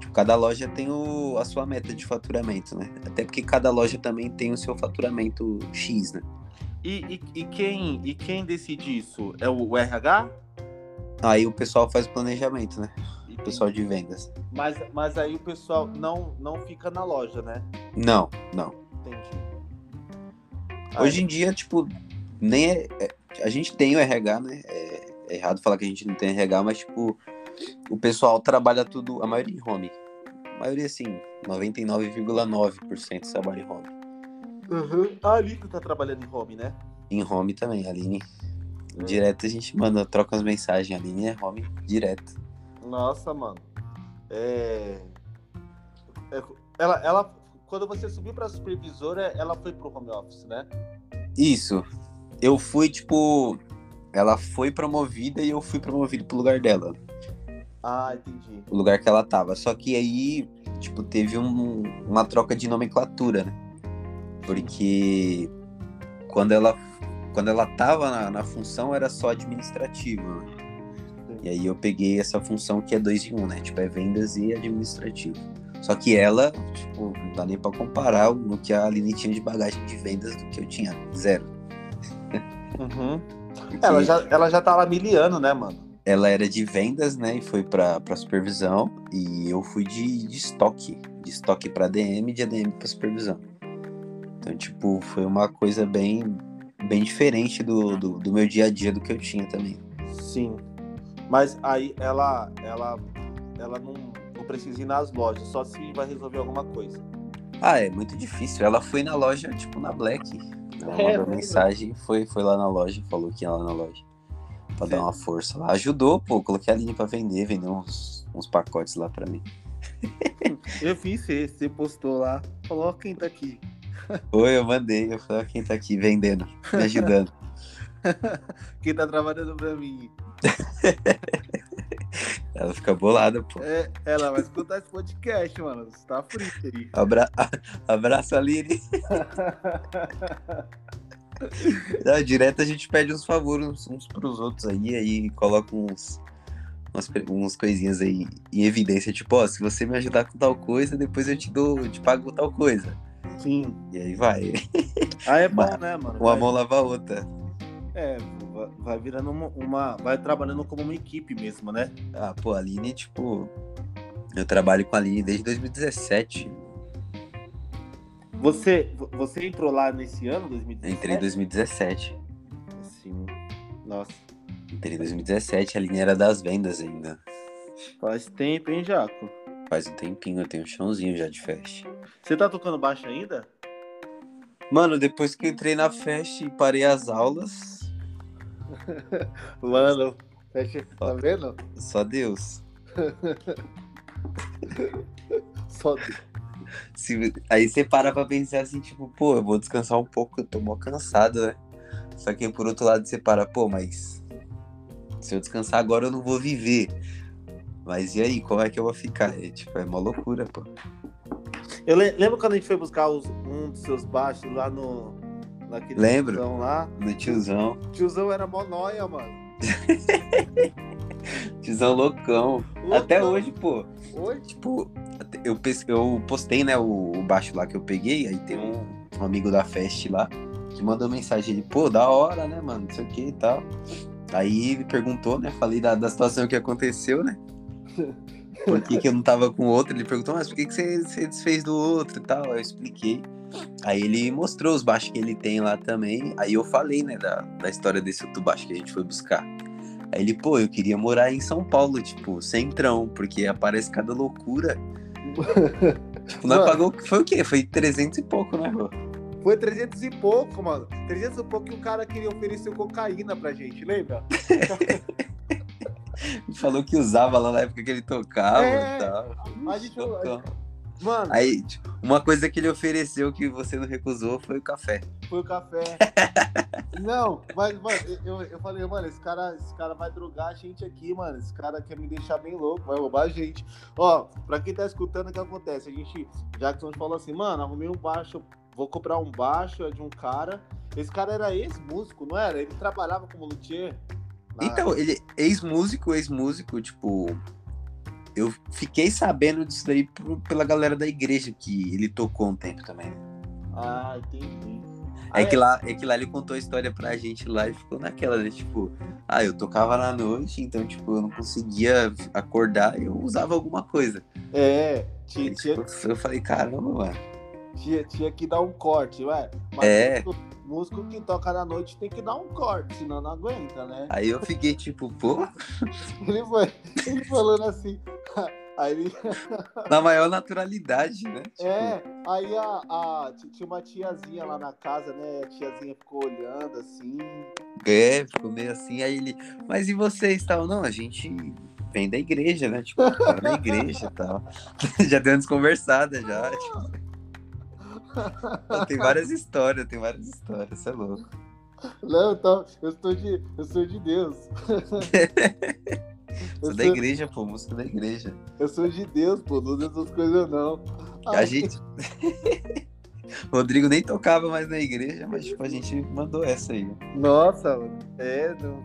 Tipo, cada loja tem o, a sua meta de faturamento, né? Até porque cada loja também tem o seu faturamento X, né? E, e- e quem, e quem decide isso? É o, o RH? Aí o pessoal faz o planejamento, né? E O tem- pessoal de vendas. Mas, mas aí o pessoal não, não fica na loja, né? Não, não. Entendi. Ah, Hoje em dia, tipo, nem é, é- A gente tem o RH, né? É, é errado falar que a gente não tem RH, mas, tipo, o pessoal trabalha tudo, a maioria em home. A maioria, assim, 99,9% trabalha em home. Uhum. A Alico tá trabalhando em home, né? Em home também, a Aline. Direto a gente manda, troca as mensagens. A Aline é home direto. Nossa, mano. É. é- Ela, ela, quando você subiu pra supervisora, ela foi pro home office, né? Isso. Eu fui, tipo. Ela foi promovida e eu fui promovido pro lugar dela. Ah, entendi. o lugar que ela tava. Só que aí, tipo, teve um- uma troca de nomenclatura, né? Porque quando ela, quando ela tava na, na função era só administrativo, né? E aí eu peguei essa função que é dois em um, né? Tipo, é vendas e administrativo. Só que ela, tipo, não dá nem pra comparar no que a Aline tinha de bagagem de vendas do que eu tinha. Zero. Uhum. Porque Ela, já, ela já tá lá miliano, né, mano? ela era de vendas, né? E foi pra, pra supervisão. E eu fui de, de estoque. De estoque pra DM, de ADM pra supervisão. Então, tipo, foi uma coisa bem, bem diferente do, do, do meu dia a dia, do que eu tinha também. Sim. Mas aí ela, ela, ela não, não precisa ir nas lojas, só se vai resolver alguma coisa. Ah, é muito difícil. Ela foi na loja, tipo, na Black. Ela É, mandou lembra? mensagem, foi, foi lá na loja, falou que ia lá na loja. Pra Sim. dar uma força lá. Ajudou, pô. Coloquei a linha pra vender, vendeu uns, uns pacotes lá pra mim. Eu vi, você, você postou lá. Falou, ó, quem tá aqui. Oi, eu mandei. Eu falei, ó, quem tá aqui vendendo, me ajudando. Quem tá trabalhando pra mim. Ela fica bolada, pô. É, ela vai escutar esse podcast, mano. Você tá frito aí. Abra... Abraço, Aline. Não, direto a gente pede uns favores uns, uns pros outros aí, aí coloca uns, umas, per- umas coisinhas aí em evidência, tipo, ó, se você me ajudar com tal coisa, depois eu te dou, eu te pago tal coisa. Sim. E aí vai. Ah, é bom, Mas- né, mano? Uma Vai, mão lava a outra. é, va- vai virando uma, uma- Vai trabalhando como uma equipe mesmo, né? Ah, pô, a Aline, tipo. Eu trabalho com a Aline desde 2017. Você, vo- você entrou lá nesse ano, Eu 2017? entrei em 2017. Sim. Nossa, Entrei em 2017, a Aline era das vendas ainda. faz tempo, hein, Jaco? Faz um tempinho, eu tenho um chãozinho já de fest. Você tá tocando baixo ainda? Mano, depois que eu entrei na fest e parei as aulas, Mano, fecha- tá vendo? só Deus. Só Se- Aí você para pra pensar assim, tipo, pô, eu vou descansar um pouco, eu tô mó cansado, né? Só que por outro lado você para, pô, mas se eu descansar agora eu não vou viver. Mas e aí, como é que eu vou ficar? É, tipo, é uma loucura, pô. Eu le- lembro quando a gente foi buscar os- um dos seus baixos lá no. Naquele Lembro. tiozão lá. No tiozão, Tiozão era mó nóia, mano. tiozão loucão. Até hoje, pô. Oi? Tipo, eu, pes- eu postei, né, o, o baixo lá que eu peguei, aí tem um, um amigo da Fest lá que mandou mensagem, ele, pô, da hora, né, mano, não sei o que e tal. Aí ele perguntou, né? Falei da, da situação que aconteceu, né? Por que, que eu não tava com o outro? Ele perguntou, mas por que, que você, você desfez do outro e tal? Aí eu expliquei. Aí ele mostrou os baixos que ele tem lá também. Aí eu falei, né, da, da história desse outro baixo que a gente foi buscar. Aí ele, pô, eu queria morar em São Paulo, tipo, centrão, porque aparece cada loucura. tipo, nós Mano. pagou. Foi o quê? Foi 300 e pouco, né, pô? Foi 300 e pouco, mano. 300 e pouco que o cara queria oferecer cocaína pra gente, lembra? Ele falou que usava lá na época que ele tocava É, e tal. a gente- Loucão. Mano, Aí, tipo, uma coisa que ele ofereceu que você não recusou foi o café. foi o café. Não, mas, mano, eu, eu falei, mano, esse cara, esse cara vai drogar a gente aqui, mano. Esse cara quer me deixar bem louco, vai roubar a gente. Ó, pra quem tá escutando, o que acontece? A gente, Jackson falou assim, mano, arrumei um baixo, vou comprar um baixo, é de um cara. Esse cara era ex-músico, não era? Ele trabalhava como luthier. na- Então, ele ex-músico, ex-músico, tipo. Eu fiquei sabendo disso daí por- pela galera da igreja que ele tocou um tempo também. Ah, entendi. Ah, É que, lá, é que lá ele contou a história pra gente lá e ficou naquela, né? Tipo, ah, eu tocava na noite, então, tipo, eu não conseguia acordar, eu usava alguma coisa. É, Aí, tinha, tinha, tipo, eu falei, caramba, mano. tinha, tinha que dar um corte, ué. Mas É. músico, músico que toca na noite tem que dar um corte, senão não aguenta, né? Aí eu fiquei, tipo, pô, Ele foi ele falando assim. Aí ele- na maior naturalidade, né? Tipo, é, aí a, a- tinha uma tiazinha lá na casa, né? A tiazinha ficou olhando assim. É, ficou meio assim, aí ele, mas e vocês tal? Não, a gente vem da igreja, né? Tipo, tá na igreja e tal. já deu uma desconversada já. tipo. Então, tem várias histórias, tem várias histórias, você é louco. Não, então, eu sou de, eu sou de Deus. eu, Sou da sou, igreja, pô, música da igreja. eu sou de Deus, pô, não usa essas coisas não. Ah. A gente. Rodrigo nem tocava mais na igreja, mas tipo, a gente mandou essa aí. Nossa, mano. é, não,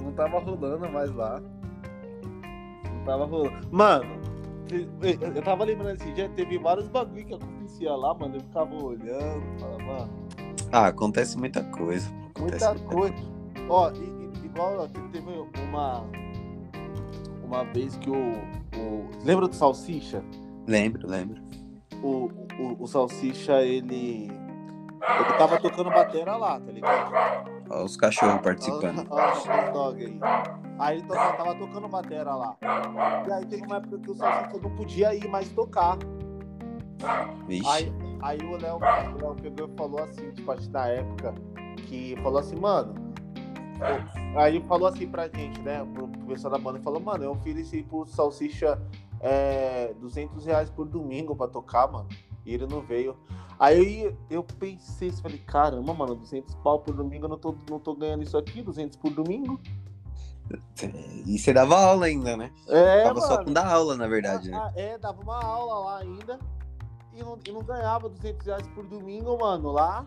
não tava rolando mais lá. Não tava rolando. Mano, eu, eu tava lembrando esse dia, teve vários bagulho que acontecia lá, mano. Eu ficava olhando, falava, mano, Ah, acontece muita coisa. pô, Acontece muita coisa. Ó, e- e- igual ó, te- teve uma. Uma vez que o. o- lembra do Salsicha? Lembro, lembro. O, o, o Salsicha, ele. Ele tava tocando batera lá, tá ligado? Ó, os cachorros Olha participando. olha Ah, o dog aí. Aí ele tocava, tava tocando batera lá. E aí teve uma época que o Salsicha não podia ir mais tocar. Vixe. Aí, aí o Léo o Léo pegou e falou assim, tipo, acho que na época, que falou assim, mano. eu- Aí falou assim pra gente, né? Pro pessoal da banda falou, mano, eu ofereci pro Salsicha é, 200 reais por domingo pra tocar, mano. E ele não veio. Aí eu pensei, falei, caramba, mano, 200 pau por domingo, eu não tô, não tô ganhando isso aqui, 200 por domingo. E você dava aula ainda, né? É, Tava só mano. com dar aula, na verdade, né? Ah, é, dava uma aula lá ainda. E não, e não ganhava 200 reais por domingo, mano, lá.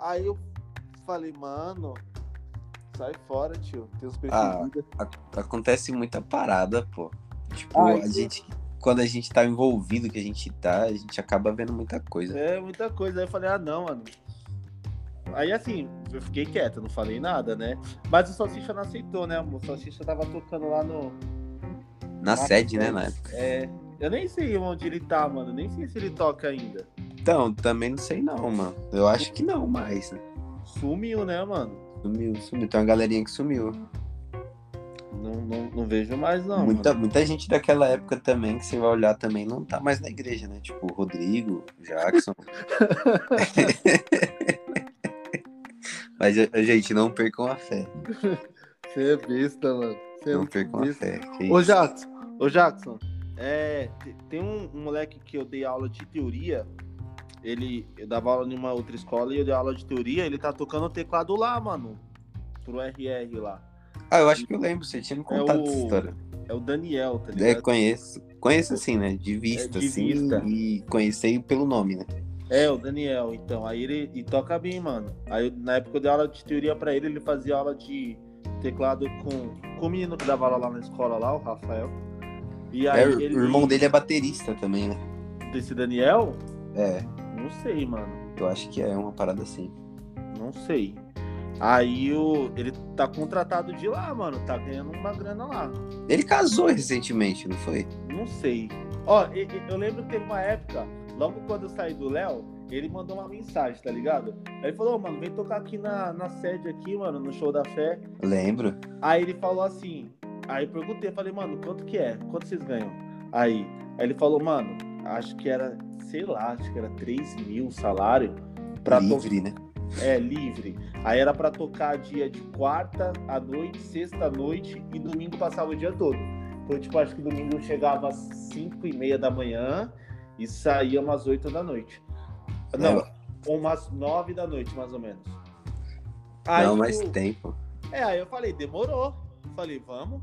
Aí eu falei, mano, sai fora, tio. Tem uns Ah, perseguidos. Acontece muita parada, pô. Tipo, Ai, a sim. gente. Quando a gente tá envolvido, que a gente tá, a gente acaba vendo muita coisa. É, muita coisa. Aí eu falei, ah, não, mano. Aí assim, eu fiquei quieto, não falei nada, né? Mas o Salsicha não aceitou, né, amor? O Salsicha tava tocando lá no. Na sede, né, na né? época. É. Eu nem sei onde ele tá, mano. Nem sei se ele toca ainda. Então, também não sei não, mano. Eu acho que não mais, né? Sumiu, né, mano? Sumiu, sumiu. Tem uma galerinha que sumiu. Não, não, não vejo mais, não. muita, mano. muita gente daquela época também, que você vai olhar também, não tá mais na igreja, né? Tipo, o Rodrigo, Jackson. Mas, eh, gente, não percam a fé. Você é besta, mano. Você é Não muito percam a besta. fé. que é Ô isso. Jackson, ô Jackson, é, te- tem um, um moleque que eu dei aula de teoria. Ele eu dava aula numa outra escola e eu dei aula de teoria. Ele tá tocando o teclado lá, mano. Pro RR lá. Ah, eu acho que eu lembro, você tinha me contado o- essa história. É o Daniel, tá É, ligado? conheço. Conheço assim, né? De vista, É, de assim. vista. E conheci pelo nome, né? É, o Daniel, então. Aí ele e toca bem, mano. Aí eu- na época eu dei aula de teoria pra ele, ele fazia aula de teclado com, com o menino que dava aula lá na escola lá, o Rafael. E aí É, o ele- irmão dele é baterista também, né? Desse Daniel? É, Não sei, mano. eu acho que é uma parada assim. Não sei. Aí o, ele tá contratado de lá, mano. Tá ganhando uma grana lá. Ele casou recentemente, não foi? Não sei. Ó, e- e- eu lembro que teve uma época, logo quando eu saí do Léo, ele mandou uma mensagem, tá ligado? Aí ele falou, "Ô, mano, vem tocar aqui na, na sede aqui, mano, no show da fé. Lembro. Aí ele falou assim. Aí eu perguntei, falei, mano, quanto que é? Quanto vocês ganham? Aí, aí ele falou, mano, acho que era, sei lá, acho que era 3 mil o salário pra tocar. Livre, né? É, livre. Aí era pra tocar dia de quarta à noite, sexta à noite e domingo passava o dia todo. Então, tipo, acho que domingo eu chegava às 5 e meia da manhã e saía umas 8 da noite. Não, É, umas 9 da noite, mais ou menos. Aí não, mas o- tem, pô. é, aí eu falei, demorou. Falei, vamos.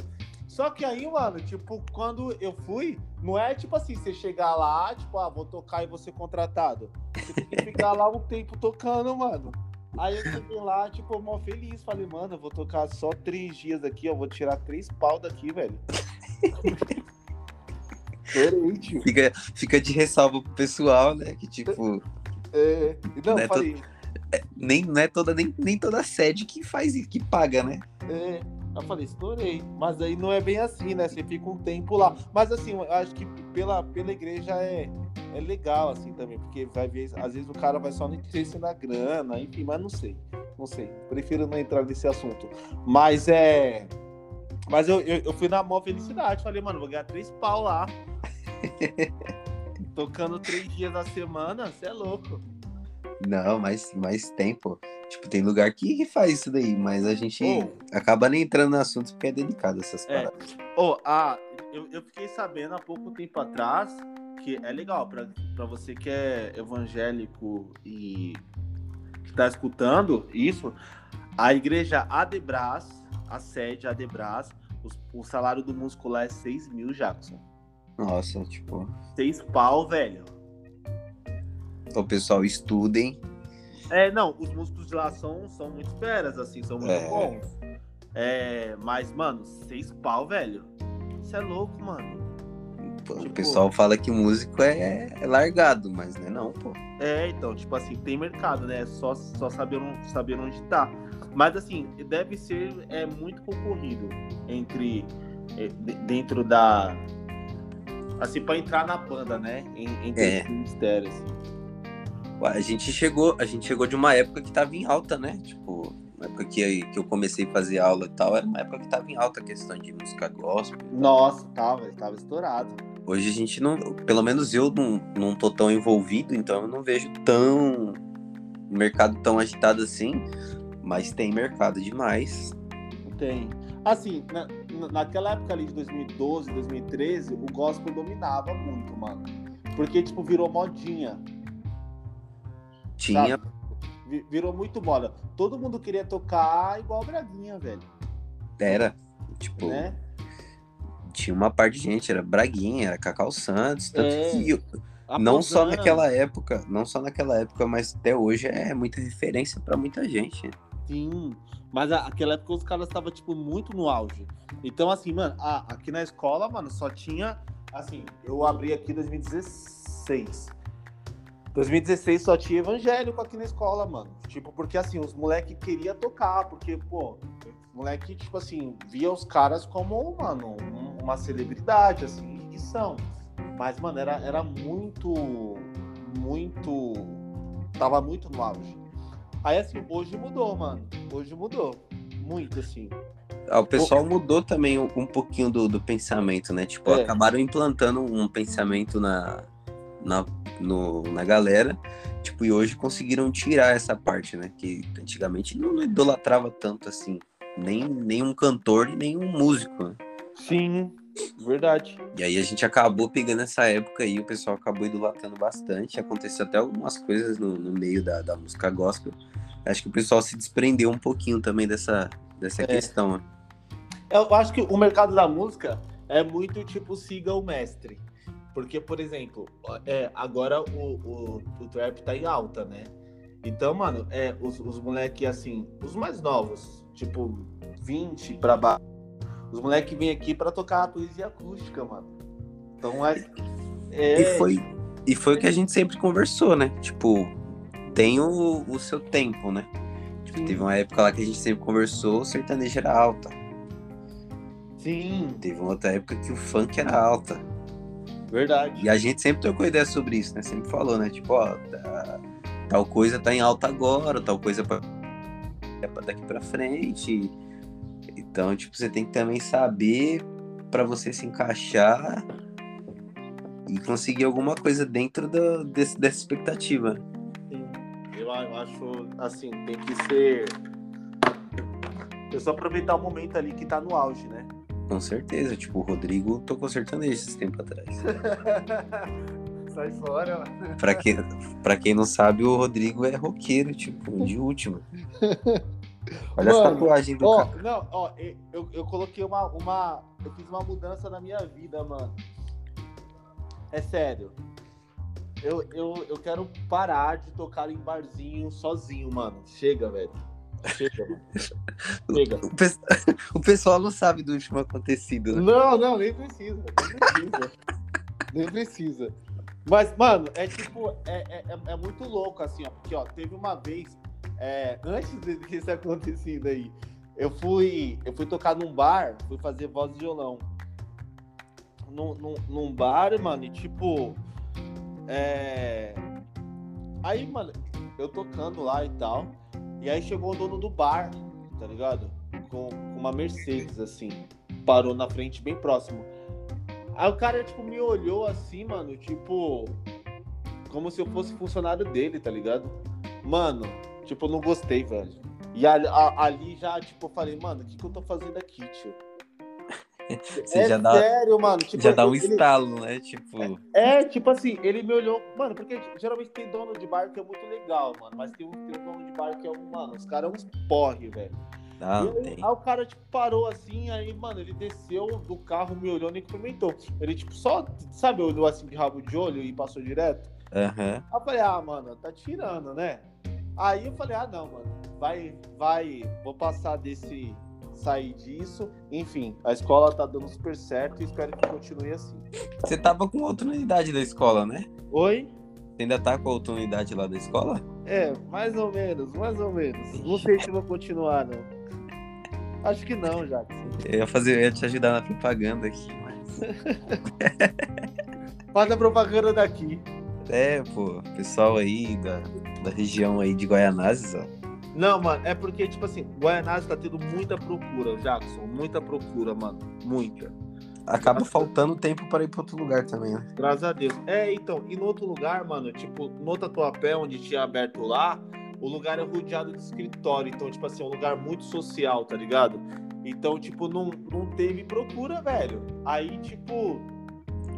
Só que aí, mano, tipo, quando eu fui, não é tipo assim, você chegar lá, tipo, ah, vou tocar e vou ser contratado. Você tem que ficar lá um tempo tocando, mano. Aí eu cheguei lá, tipo, mó feliz. Falei, mano, eu vou tocar só três dias aqui, ó, vou tirar três pau daqui, velho. Chorei, tio. Fica, fica de ressalva pro pessoal, né? Que tipo, É, não, Não é to- falei, nem, não é toda, nem, nem toda sede que faz isso, que paga, né? É, eu falei, estourei. Mas aí não é bem assim, né? Você fica um tempo lá. Mas assim, eu acho que pela, pela igreja é, é legal, assim, também. Porque vai ver, às vezes o cara vai só no interesse na grana, enfim, mas não sei. Não sei. Prefiro não entrar nesse assunto. Mas é. Mas eu, eu, eu fui na maior felicidade. Falei, mano, vou ganhar três pau lá. Tocando três dias na semana, você é louco. Não, mas, mas tem, pô. Tipo, tem lugar que faz isso daí, mas a gente Ou- acaba nem entrando no assunto porque é delicado essas É. paradas. Ô, ah, eu, eu fiquei sabendo há pouco tempo atrás que é legal pra pra você que é evangélico e que tá escutando isso, a igreja Adebras, a sede Adebras, os- o salário do músico lá é 6 mil, Jackson. Nossa, tipo, 6 pau, velho. o pessoal estudem. É, não, os músicos de lá são, são muito feras, assim, são muito É. bons. É, mas, mano, 6 pau, velho. Isso é louco, mano. Pô, Tipo- o pessoal fala que músico é, é largado, mas não é não, pô. É, então, tipo assim, tem mercado, né? Só, só saber, on- saber onde tá. Mas assim, deve ser é, muito concorrido entre é, de- dentro da. Assim, pra entrar na banda, né? Em- Entre É. os ministérios. assim. A gente chegou, a gente chegou de uma época que tava em alta, né? Tipo, na época que, que eu comecei a fazer aula e tal, era uma época que tava em alta a questão de música gospel. Nossa, tava, tava estourado. Hoje a gente não, pelo menos eu não, não tô tão envolvido, então eu não vejo tão um mercado tão agitado assim, mas tem mercado demais. Tem. Assim, na- na- naquela época ali de 2012, 2013, o gospel dominava muito, mano. Porque, tipo, virou modinha. Tinha, sabe? Vi- Virou muito moda. Todo mundo queria tocar igual Braguinha, velho. era, tipo, Né? tinha uma parte de gente, era Braguinha, era Cacau Santos, tanto É. que eu- A não só Posana, naquela época, não só naquela época, mas até hoje é muita referência pra muita gente. Sim, mas a- aquela época os caras estavam, tipo, muito no auge. Então, assim, mano, a- aqui na escola, mano, só tinha. Assim, eu abri aqui em 2016. 2016 só tinha evangélico aqui na escola, mano. Tipo, porque assim, os moleque queria tocar, porque, pô, moleque, tipo assim, via os caras como, mano, um- uma celebridade, assim, e são. Mas, mano, era, era muito, muito. Tava muito no auge. Aí, assim, hoje mudou, mano. Hoje mudou. Muito, assim. Ah, o pessoal mudou também um, um pouquinho do, do pensamento, né? Tipo, É. acabaram implantando um pensamento na, na, no- na galera. Tipo, e hoje conseguiram tirar essa parte, né? Que antigamente não idolatrava tanto assim. Nem, nem um cantor, nem um músico. né? Sim, verdade. E aí a gente acabou pegando essa época aí, o pessoal acabou idolatrando bastante. Aconteceu até algumas coisas no, no meio da, da música gospel. Acho que o pessoal se desprendeu um pouquinho também dessa, dessa É. questão. né? Eu acho que o mercado da música é muito tipo siga o mestre. Porque, por exemplo, ó, é, agora o, o, o trap tá em alta, né? Então, mano, é, os, os moleque, assim, os mais novos, tipo 20 pra baixo, os moleque vêm aqui pra tocar a poesia acústica, mano. Então, é. é E foi, e foi o que a gente sempre conversou, né? Tipo, tem o, o seu tempo, né? Tipo, Teve uma época lá que a gente sempre conversou, o sertanejo era alta. Sim, Teve uma outra época que o funk era alta. verdade. E a gente sempre trocou ideia sobre isso, né? Sempre falou, né? Tipo, ó, tá- tal coisa tá em alta agora, tal coisa pra, é pra daqui pra frente. Então, tipo, você tem que também saber pra você se encaixar e conseguir alguma coisa dentro da- desse- dessa expectativa. né? Sim. Eu a- eu acho, assim, tem que ser. É só aproveitar o momento ali que tá no auge, né? Com certeza. Tipo, o Rodrigo tocou sertanejo esses tempos atrás. Sai fora, Pra, que, pra quem não sabe, o Rodrigo é roqueiro, tipo, de última. Olha as Mano, tatuagens do Ó, cara. não, ó, e- eu, eu coloquei uma, uma. Eu fiz uma mudança na minha vida, mano. É sério. Eu, eu, eu quero parar de tocar em barzinho sozinho, mano. Chega, velho. Chega, mano. Chega. O, pe- o pessoal não sabe do último acontecido, né? Não, não, nem precisa. Nem precisa. nem precisa. Mas, mano, é tipo, é, é, é- é muito louco, assim, ó. Porque, ó, teve uma vez, é, antes de- disso acontecido aí, eu fui, eu fui tocar num bar, fui fazer voz e violão. Num, num, num bar, mano, e tipo. É... Aí, mano, eu tocando lá e tal. E aí chegou o dono do bar, tá ligado? Com, com uma Mercedes, assim parou na frente, bem próximo. Aí o cara, tipo, me olhou assim, mano, tipo. Como se eu fosse funcionário dele, tá ligado? Mano, tipo, eu não gostei, velho. E ali, a- ali já, tipo, eu falei, mano, o que, que eu tô fazendo aqui, tio? Você é já dá- sério, mano. Tipo, Já dá um ele- estalo, né? Tipo, é, tipo assim, ele me olhou. Mano, porque geralmente tem dono de bar que é muito legal, mano. Mas tem um, tem um dono de bar que é um, mano, os caras é uns porre, velho. ah, E não aí, tem. aí o cara, tipo, parou assim, aí, mano, ele desceu do carro, me olhou, nem cumprimentou. Ele, tipo, só, sabe, olhou assim de rabo de olho e passou direto. Aham. Aí eu falei, ah, mano, tá tirando, né? Aí eu falei, ah, não, mano, vai, vai, vou passar desse, sair disso. Enfim, a escola tá dando super certo e espero que continue assim. Você tava com outra unidade da escola, né? Oi? Você ainda tá com outra unidade lá da escola? É, mais ou menos, mais ou menos. Não sei se vou continuar, não. Acho que não, Jackson. Eu ia, fazer, eu ia te ajudar na propaganda aqui, mas. Faz a propaganda daqui. É, pô, pessoal aí da, da região aí de Goianazes, ó. Não, mano, é porque, tipo assim, Guaianazes tá tendo muita procura, Jackson. Muita procura, mano. Muita. Acaba faltando tempo para ir pra outro lugar também, né? Graças a Deus. É, então, e no outro lugar, mano, tipo, no Tatuapé, onde tinha aberto lá, o lugar é rodeado de escritório. Então, tipo assim, é um lugar muito social, tá ligado? Então, tipo, não, não teve procura, velho. Aí, tipo,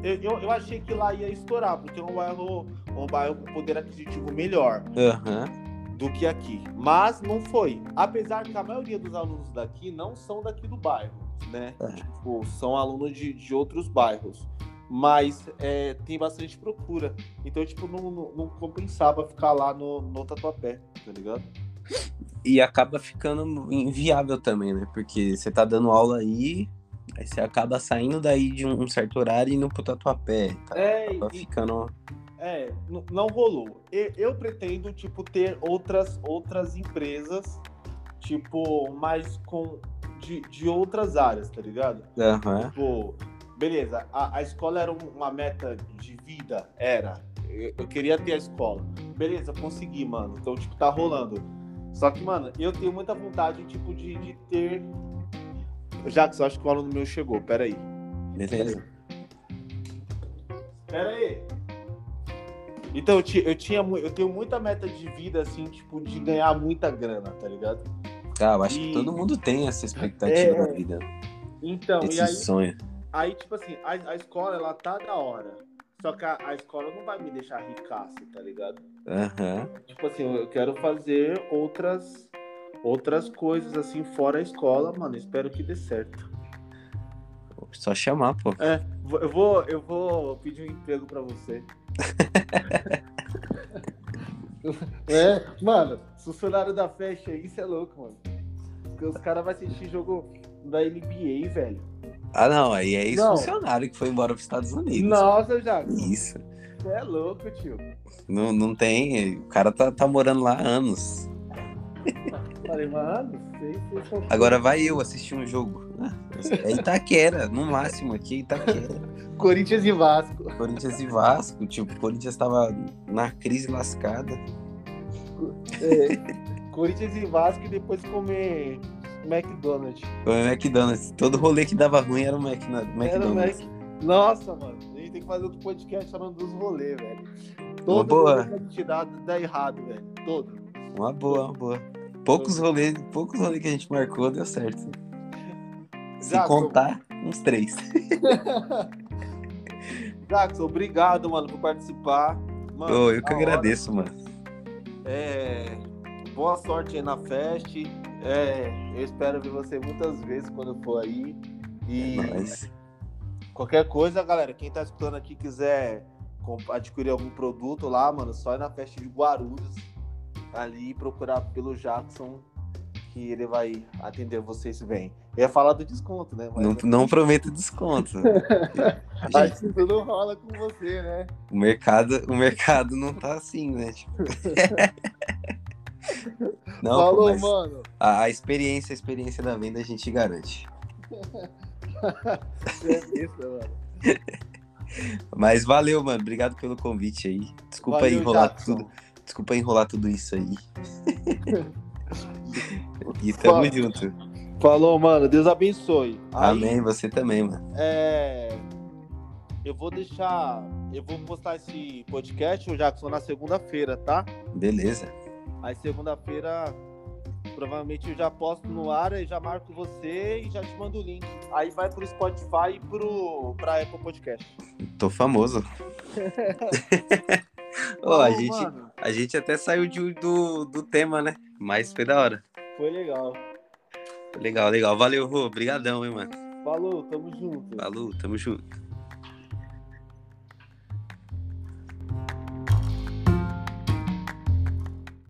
eu, eu, eu achei que lá ia estourar, porque é um bairro, um bairro com poder aquisitivo melhor. Aham. do que aqui. Mas não foi. Apesar que a maioria dos alunos daqui não são daqui do bairro, né? É. Tipo, são alunos de, de outros bairros. Mas é, tem bastante procura. Então, tipo, não, não, não compensava ficar lá no, no Tatuapé, tá ligado? E acaba ficando inviável também, né? Porque você tá dando aula aí, aí você acaba saindo daí de um certo horário e indo pro tatuapé. Tá? É, Acaba e- ficando. É, n- não rolou. E- Eu, pretendo, tipo, ter outras, outras empresas, tipo, mais com... De, de outras áreas, tá ligado? Aham. Tipo, beleza, a, a escola era um- uma meta de vida, era. Eu, eu queria ter a escola. Beleza, consegui, mano. Então, tipo, tá rolando. Só que, mano, eu tenho muita vontade, tipo, de, de ter. Jackson, acho que o aluno meu chegou, peraí. Beleza. Pera aí. Então, eu, ti- eu tinha, mu- eu tenho muita meta de vida, assim, tipo, de ganhar muita grana, tá ligado? Tá, eu acho E- que todo mundo tem É. essa expectativa da vida, Então, e esse aí. sonho. Aí, tipo assim, a, a escola, ela tá da hora. Só que a, a escola não vai me deixar ricaço, tá ligado? Aham. Tipo assim, eu quero fazer outras outras coisas, assim, fora a escola, mano. Espero que dê certo. Só chamar, pô. É, vo- eu vou, eu vou pedir um emprego pra você. é, mano, funcionário da festa aí, isso é louco, mano. Porque os caras vão assistir jogo da NBA, velho. Ah, não, aí é Não. ex-funcionário que foi embora pros Estados Unidos. Nossa, Jackson, Isso. você é louco, tio. Não, não tem. O cara tá, tá morando lá há anos. Falei, mano, sei, sei, é sei. Agora vai eu assistir um jogo. É Itaquera, no máximo aqui, é Itaquera. Corinthians e Vasco. Corinthians e Vasco, tipo, o Corinthians tava na crise lascada. É, Corinthians e Vasco e depois comer McDonald's. O McDonald's, todo rolê que dava ruim era o Macna- Era o McDonald's. Mac- Nossa, mano, a gente tem que fazer outro podcast falando dos rolês, velho. Uma Todo boa. rolê que a gente dá, dá errado, velho. Todo. Uma boa, uma boa. Poucos rolês, poucos rolês que a gente marcou deu certo. Se Jackson. contar, uns três. Jackson, obrigado, mano, por participar. Mano, Ô, da eu que hora. agradeço, mano. É, boa sorte aí na fest. É, eu espero ver você muitas vezes quando eu for aí. E É Mas, qualquer coisa, galera, quem tá escutando aqui quiser comp- adquirir algum produto lá, mano, só ir na festa de Guarulhos ali e procurar pelo Jackson que ele vai atender vocês bem. Eu ia falar do desconto, né? Mas não, não prometo desconto. A gente tudo rola com você, né? o, mercado, o mercado não tá assim, né? Tipo... Não, pô, Falou, mas mano. a, a experiência, a experiência da venda a gente garante. É isso, mano. Mas valeu, mano. Obrigado pelo convite aí. Desculpa Valeu, enrolar Jackson. tudo. Desculpa enrolar tudo isso aí. e tamo Fala. junto. Falou, mano. Deus abençoe. Aí, Amém, você também, mano. É, eu vou deixar. Eu vou postar esse podcast, o Jackson, na segunda-feira, tá? Beleza. Aí segunda-feira, provavelmente eu já posto no ar, aí já marco você e já te mando o link. Aí vai pro Spotify e pro, pra Apple Podcast. Tô famoso. Ô, a, Falou, gente, mano. a gente até saiu de- do, do tema, né? Mas foi da hora. Foi legal. Legal, legal. Valeu, Rô. Obrigadão, hein, mano. Falou, tamo junto. Falou, tamo junto.